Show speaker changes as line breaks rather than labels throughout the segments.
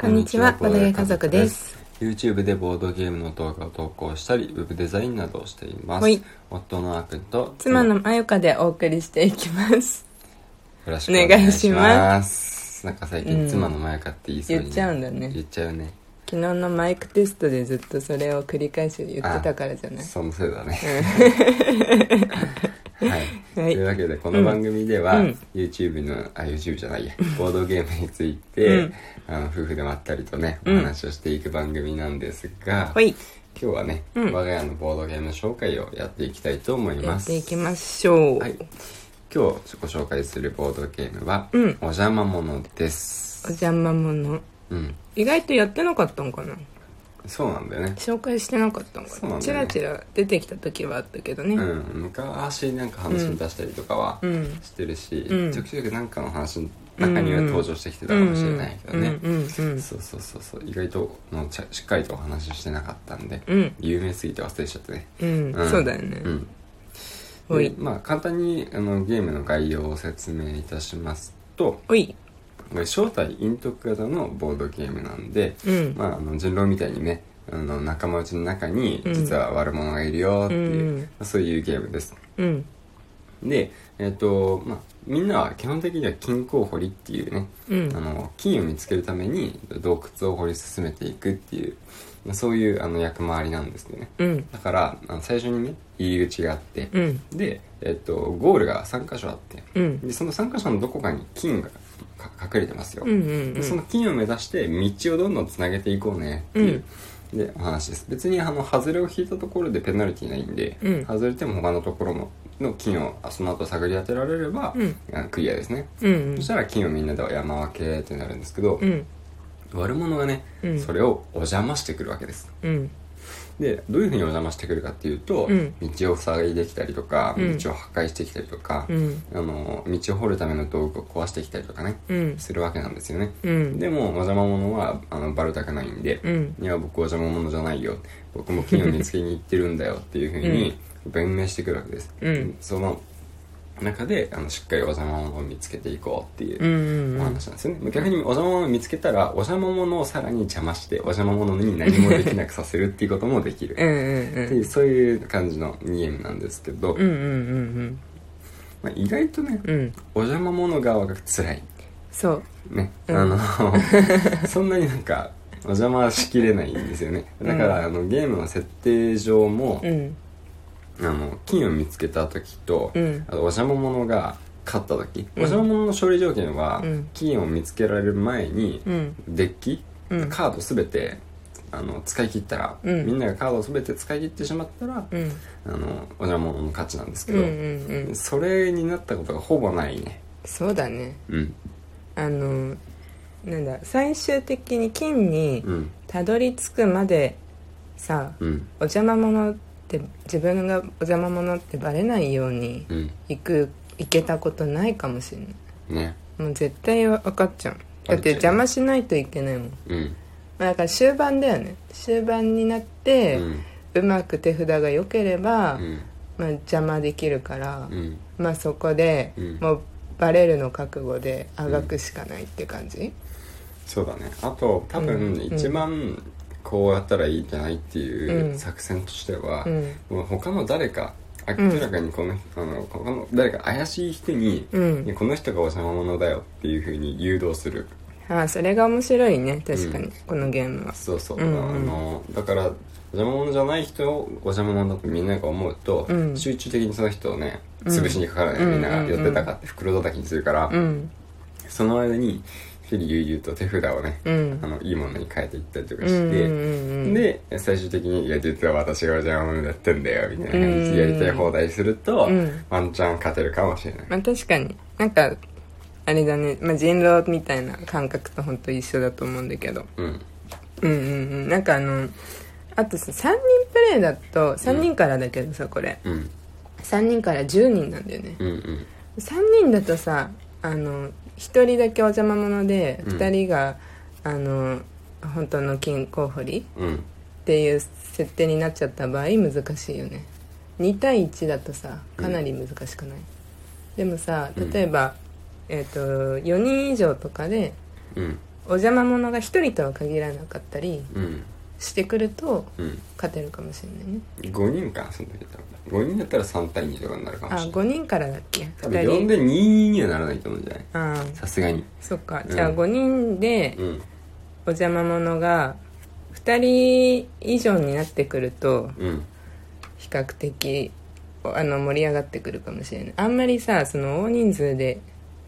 こんにちは、ボドゲ家族です。。
YouTube でボードゲームの動画を投稿したり、ウェブデザインなどをしています。
はい
夫のあーくんと
妻のまゆかでお送りしていきます。
よろしくお願いし
お願
ます。なんか最近、
うん
妻のまやかって言いそうに
言っちゃうんだね。
言っちゃうね。
昨日のマイクテストでずっとそれを繰り返し言ってたからじゃない。
そのせいだね。はい。
はい
というわけで、この番組では、
うん
YouTube の、あ、YouTube じゃないや、ボードゲームについて、
うん
あの夫婦でまったりとね、お
うん
話をしていく番組なんですが、
ほい、
今日はね、
うん
我が家のボードゲーム紹介をやっていきたいと思い
や
ま
っ
す。
ていきましょう。
はい。今日ご紹介するボードゲームは、
うん
お邪魔者で
お
す。
邪魔者。
うん。
意外とやってなかったんかな
そうなんだよね。
紹介してなかったんか
そう
な、
なんだ
チ
よ
ラ
ね
チラ出てきた時はあったけどね。
うん。昔なんか話に出したりとかは
うん
してるし、
うん
ちょくちょくなんかの話の中には登場してきてたかもしれないけどね。
うんうんうんうん
そうそうそうそう。意外ともうちゃしっかりとお話ししてなかったんで、
うん
有名すぎて忘れちゃってね。
うん、
うん
そうだよね、
うん。
ほ
で
い
まあ簡単にあのゲームの概要を説明いたしますと、
ほい
これ正体陰徳型のボードゲームなんで、
うん
まあ、あの人狼みたいにねあの仲間内の中に
うん
実は悪者がいるよっていう、
うん
まあそういうゲームです
うん
でえっ、と、まあ、みんなは基本的には金庫を掘りっていうね、
うん
あの金を見つけるために洞窟を掘り進めていくっていう、まあ、そういうあの役回りなんですよね
うん
だからあの最初にね入り口があって、
うん
で、えっとゴールが3箇所あって、
うん
でその3箇所のどこかに金がか隠れてますよ、
うんうんう
でその
ん
金を目指して道をどんどんつなげていこうねっていう、でお話です別にあの外れを引いたところでペナルティないんで、
うん
外れても他のところのの金をその後探り当てられれば、
うん
あクリアですね、
うん
そしたら金をみんなで山分けってなるんですけど、
うん
悪者がね、
うん
それをお邪魔してくるわけです
うん
でどういうふうにお邪魔してくるかっていうと、
うん
道を塞いできたりとか
うん
道を破壊してきたりとか、
うん
あの道を掘るための道具を壊してきたりとかね、
うん
するわけなんですよね、
うん
でもお邪魔者はあのバレたくないんで、
うん
いや僕は邪魔者じゃないよ僕も金を見つけに行ってるんだよっていうふうに弁明してくるわけです、
うん
その中であのしっかりお邪魔者を見つけていこうっていううんお話なんですよね、逆にお邪魔者を見つけたらお邪魔者をさらに邪魔してお邪魔者に何もできなくさせるっていうこともできる
うんうん
っていうそういう感じのゲームなんですけど、
うんうんうん
まあ、意外とね
うんうん
お邪魔者側が辛い
そう
ね、
うん
あの そんなになんかお邪魔しきれないんですよねだから、あのゲームの設定上も
う、ん
あの金を見つけた時と、
うん
あとお邪魔者が勝った時、
うん
お邪魔者の勝利条件は、
うん
金を見つけられる前に、
うん
デッキ、
うん
カード全てあの使い切ったら、
うん
みんながカード全て使い切ってしまったら、
うん
あのお邪魔者の勝ちなんですけ
うんう
ど、
んうん
それになったことがほぼないね
そうだね
うん
あのなんだ最終的に金に
うん
たどり着くまでさ
うん
お邪魔者って自分がお邪魔者ってバレないように
うん
行く行けたことないかもしれない
ね
もう絶対分かっちゃうだって邪魔しないといけないもん
うん
まあだから終盤だよね終盤になっ
う
て、うんまく手札が良ければ、
うん
まあ、邪魔できるから、
うん
まあそこで、
うん
もうバレるの覚悟であがくしかないって感じ
そうだねあと多分
うん
一番こうやったらいいんじゃないっていううん作戦としては
う、ん
もう他の誰か明らかにこの,、あの他の誰か怪しい人に、
うん、
この人がお邪魔者だよっていうふうに誘導する
ああそれが面白いね確かに、
うん
このゲームは
そうそう、
うんうん
あのだから邪魔者じゃない人をお邪魔者だとみんなが思うと、
うん
集中的にその人をね
ん
潰しにかからない、
うん
みんなが寄ってたかって袋叩きにするから、
うん
その間に一人悠々と手札をね、
うん
あのいいものに変えていったりとか
う
して、
んうんうん
で最終的に「いや実は私が邪魔者だったんだよ」みたいな感じ
うん
でやりたい放題すると、
うん
ワンチャン勝てるかもしれない、
まあ確かになんかあれだね、まあ、人狼みたいな感覚と本当一緒だと思うんだけど
うん
うんうんうんなんかあのあとさ3人プレイだと3人からだけどさこれ
うん
3人から10人なんだよね
うんうん
3人だとさあの1人だけお邪魔者で
うん
2人が、あの本当の金庫掘り
うん
っていう設定になっちゃった場合難しいよね2対1だとさかなり難しくない、でもさ
うん
例えば、えっと4人以上とかで
うん
おお邪魔者が一人とは限らなかったり
うん
してくると
うん
勝てるかもしれないね
5人かその時多分5人だったら3対2とかになるかもし
あ
れない
5人からだっけ
多分4で
2人
2二にはならないと思うんじゃない
ああ
さすがに
そっか
うん
じゃあ5人で
うん
お邪魔者が2人以上になってくると
うん
比較的あの盛り上がってくるかもしれないあんまりさその大人数で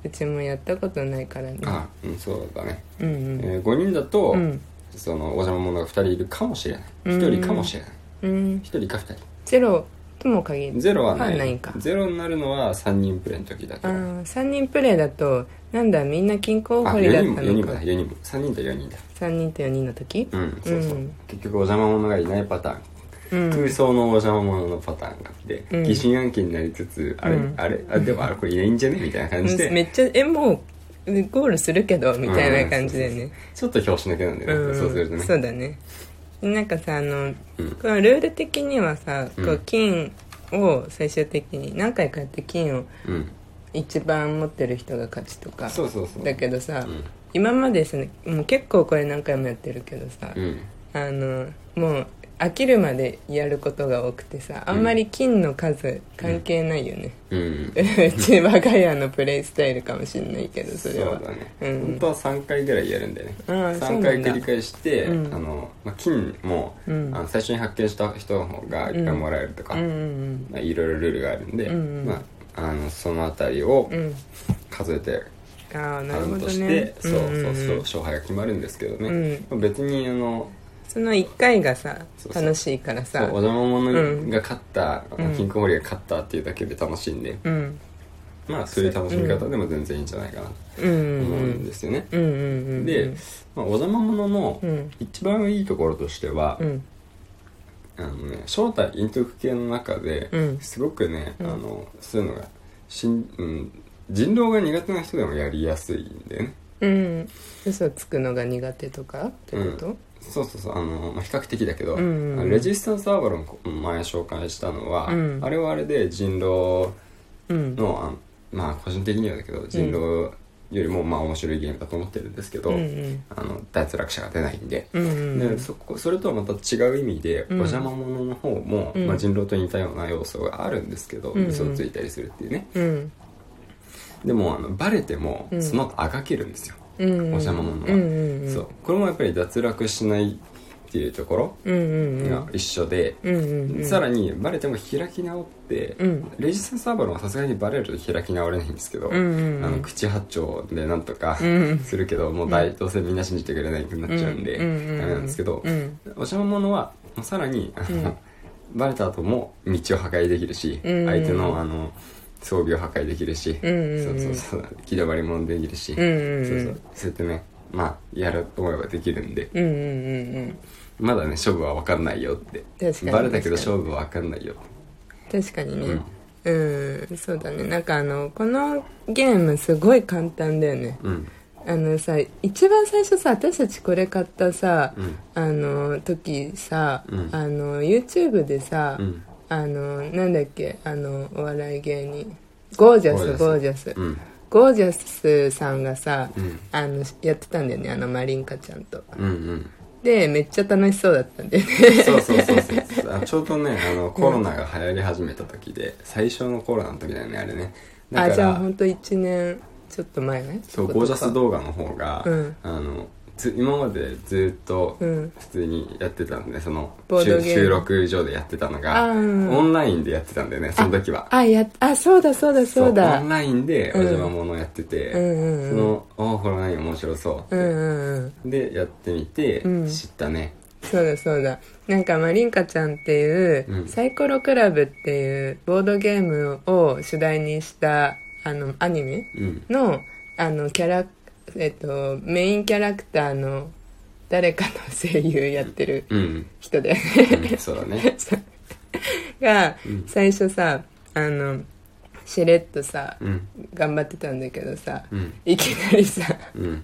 うちもやったことないからね
あうんそうだね、
うんうん
えー、5人だと、
うん
そのお邪魔者が2人いるかもしれない
うん
1人かもしれない
うん
1人か2人
ゼロとも限る
ゼロはない
あないか
ゼロになるのは3人プレイの時だけ
あー3人プレイだとなんだみんな均衡
あ
掘りだ
4
っ
人
た
も
の
4人もだ
か
4人も3人と4人だ
3人と4人の時
うんそうそう、
うん
結局お邪魔者がいないパターン、
うん
空想のお邪魔者のパターンがあって、
うん
疑心暗鬼になりつつあれ、
うん
あれあでもあれこれいないんじゃねみたいな感じで、
うんめっちゃえもうゴールするけどみたいな感じだよね
ちょっと拍子抜けなんだよね、
ん
そうするとね
そうだねなんかさあの
うん
このルール的にはさ、
うん
こう金を最終的に何回かやって金を
うん
一番持ってる人が勝ちとか
そうそうそう
だけどさ、
うん
今までさ、もう結構これ何回もやってるけどさ、
うん
あのもう飽きるまでやることが多くてさあんまり金の数関係ないよね、
うん
うち我が家のプレイスタイルかもしんないけどそれは
うだね、
うん
本当は3回ぐらいやるんだよね
あーそう
3
なん
回
だ
繰り返して、
うん
あのまあ、金も、
うん
あの最初に発見した人の方がいっぱいもらえるとか、
うんうん
まあ、いろいろルールがあるんで、
うんうん
まあ、あのその辺りを
うんうん
数えて
ああな
カ
る
ウ
ほ
ン
どね
トして、そう
うんうん
そ
うん
うそう勝敗が決まるんですけどね、
うん
まあ別にあの
その1回がさ
そうそう
楽しいから
そう
さ
お邪魔
うん
者が勝った、あの
うん
キングホリが勝ったっていうだけで楽しいんで、
うん
まあそういう楽しみ方でも全然いいんじゃないかなと
うんうん
思
う
うん
ん
ですよね、
うんうんうん
で、まあ、お邪魔者の
うん
一番いいところとしては、
うん
あのね、正体隠匿系の中で、
うん
すごくね、
うん
あのそういうのがしん、うん、人狼が苦手な人でもやりやすいんだよね
うん嘘つくのが苦手とかってこと
そうそうそうあの、まあ、比較的だけど、
うんうんうん
レジスタンスアーバロンこ前紹介したのは、
うん
あれはあれで人狼
うん
のあのまあ個人的にはだけど人狼よりもまあ面白いゲームだと思ってるんですけど、
うんうん
あの脱落者が出ないんで、
うんうんうん
でそこそれとはまた違う意味で、
うん
お邪魔者の方も、
うん
まあ、人狼と似たような要素があるんですけど、
うんうん
嘘をついたりするっていうね
うん
でもあのバレても、
うん
その後あがけるんです
う
よ、
ん
お邪魔者が、
うんうんうん
そうこれもやっぱり脱落しないっていうところ
うんうんうん
が一緒で、
うんうんうん
さらにバレても開き直って、
うん
レジスタンスサーバーはさすがにバレると開き直れないんですけど、
うんうんうん
あの口八丁でなんとか
うん
するけど、もう大どうせみんな信じてくれないくなっちゃうんで、
うんうんうん
ダメなんですけど、
うん
お邪魔者はもうさらに、あのバレた後も道を破壊できるし、
うんうん
相手のあの装備を破壊できるし、
うんうんうん
そうそうそう気だわりもできるし、
うんうんうん
そうそうそうやってねまあやろうと思えばできるんで、
うんうんうんうん
まだね勝負は分かんないよって
確かに
バレたけど勝負は分かんないよ
確かにねうん、そうだねなんかあのこのゲームすごい簡単だよね
うん
あのさ一番最初さ私たちこれ買ったさ、
うん
あの時さ、
うん
あの YouTube でさ、
うん
あのなんだっけあのお笑い芸人ゴージャスゴ
ゴ
ー
ー
ジャス、
うん
ゴージャスさんがさ、
うん
あのやってたんだよねあのマリンカちゃんと
うんうん
でめっちゃ楽しそうだったんだよね
そうそうそうそう あちょうどねあのコロナが流行り始めた時で、最初のコロナの時だよねあれねだ
あ
か
じゃあ
ら
ほんと1年ちょっと前ね
そう
って
ゴ
こ
ー
と
ジャ
か
ス動画の方が、
うん
あのず今までずっと
うん
普通にやってたんで、その
ボードゲーム
収収録所でやってたのが、
あーうん
オンラインでやってたんでねその時は
あやあそうだそうだそうだ
オンラインでお
うん
邪魔者やってて、
うんうんうん
その「おおこれ何面白そう」って
うんうんうん
でやってみて
うん
知ったね、
そうだそうだなんかマリンカちゃんっていう、
うん
サイコロクラブっていうボードゲームを主題にしたあのアニメ
うん、
のあのキャラえっとメインキャラクターの誰かの声優やってる
うんうん、
人 で
そうだね
が
うん
最初さあのしれっとさ
うん
頑張ってたんだけどさ
うん
いきなりさ
うん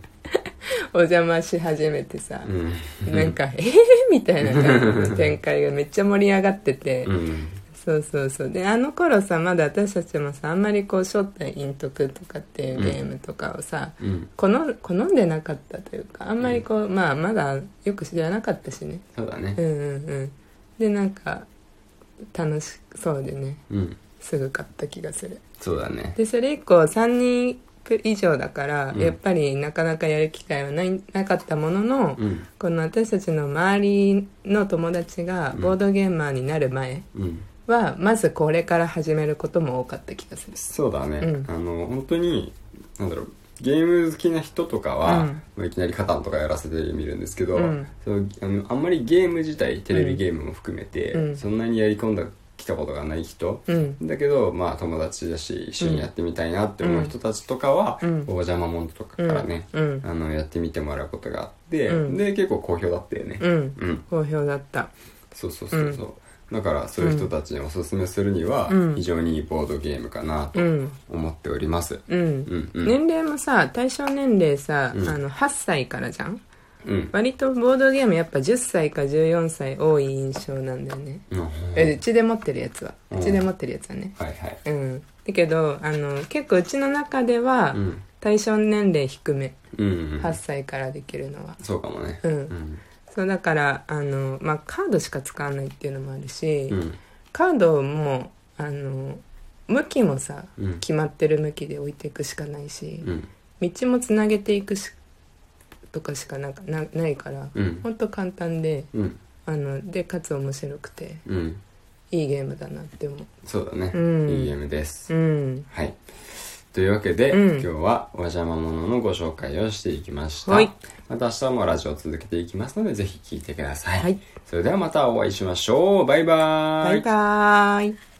お邪魔し始めてさ、
うん
なんか「えー!」みたいな感じの展開がめっちゃ盛り上がってて、
うん
そうそうそうであの頃さまだ私たちもさあんまりこう正体陰徳とかっていうゲームとかをさ、
うん
好ん好んでなかったというかあんまりこう、まあまだよく知らなかったしね
そうだ
うん
ね
うんうんでなんか楽しそうでね
うん
すぐ買った気がする
そうだね
でそれ以降3人以上だから、
うん
やっぱりなかなかやる機会はないなかったものの、
うん
この私たちの周りの友達が
うん
ボードゲーマーになる前
うん
は、まずこれから始めることも多かった気がする
そうだね、
うん
あの本当になんだろうゲーム好きな人とかは、
うん
まあいきなりカタンとかやらせてみるんですけど、
うん
そのあのあんまりゲーム自体テレビゲームも含めて、
うん
そんなにやり込んだきたことがない人、
うん
だけどまあ友達だし一緒にやってみたいなって思う人たちとかは、
うん
お邪魔者とかからね、
うん
あのやってみてもらうことがあって、
うん
で結構好評だったよね
うん
うん
好評だった
そうそうそうそう、だからそういう人たちにおすすめするには
うん
非常にいいボードゲームかなと
うん
思っております
うん、
うんうん
年齢もさ対象年齢さ、
うん
あの8歳からじゃん
うん、
割とボードゲームやっぱ10歳か14歳多い印象なんだよね、
うん、は
え
いう
ちで持ってるやつは
うん
うちで持ってるやつはね
はい
うんだけどあの結構うちの中では
うん
対象年齢低め、
うんうん
8歳からできるのは
そうかもね
うん、
うん
そうだからあの、まあ、カードしか使わないっていうのもあるし、
うん
カードもあの向きもさ
うん
決まってる向きで置いていくしかないし
う、ん
道もつなげていくしとかしかなんかなないから、
うん
ほんと簡単で
うん
あのでかつ面白くて
うん
いいゲームだなって思
そうだね、
うん
いいゲームです、
ううん
はいというわけで、
うん
今日はお邪魔者のご紹介をしていきました、
はい
また明日もラジオを続けていきますのでぜひ聞いてください、
はい
それではまたお会いしましょうバイバーイ
バイバーイ